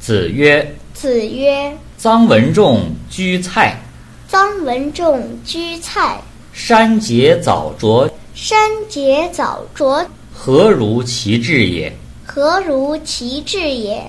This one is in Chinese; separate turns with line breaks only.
子曰
子曰：“
臧文仲居蔡，：“
臧文仲居蔡，
山节早着，
山节早着，
何如其至也？”
何如其至也？”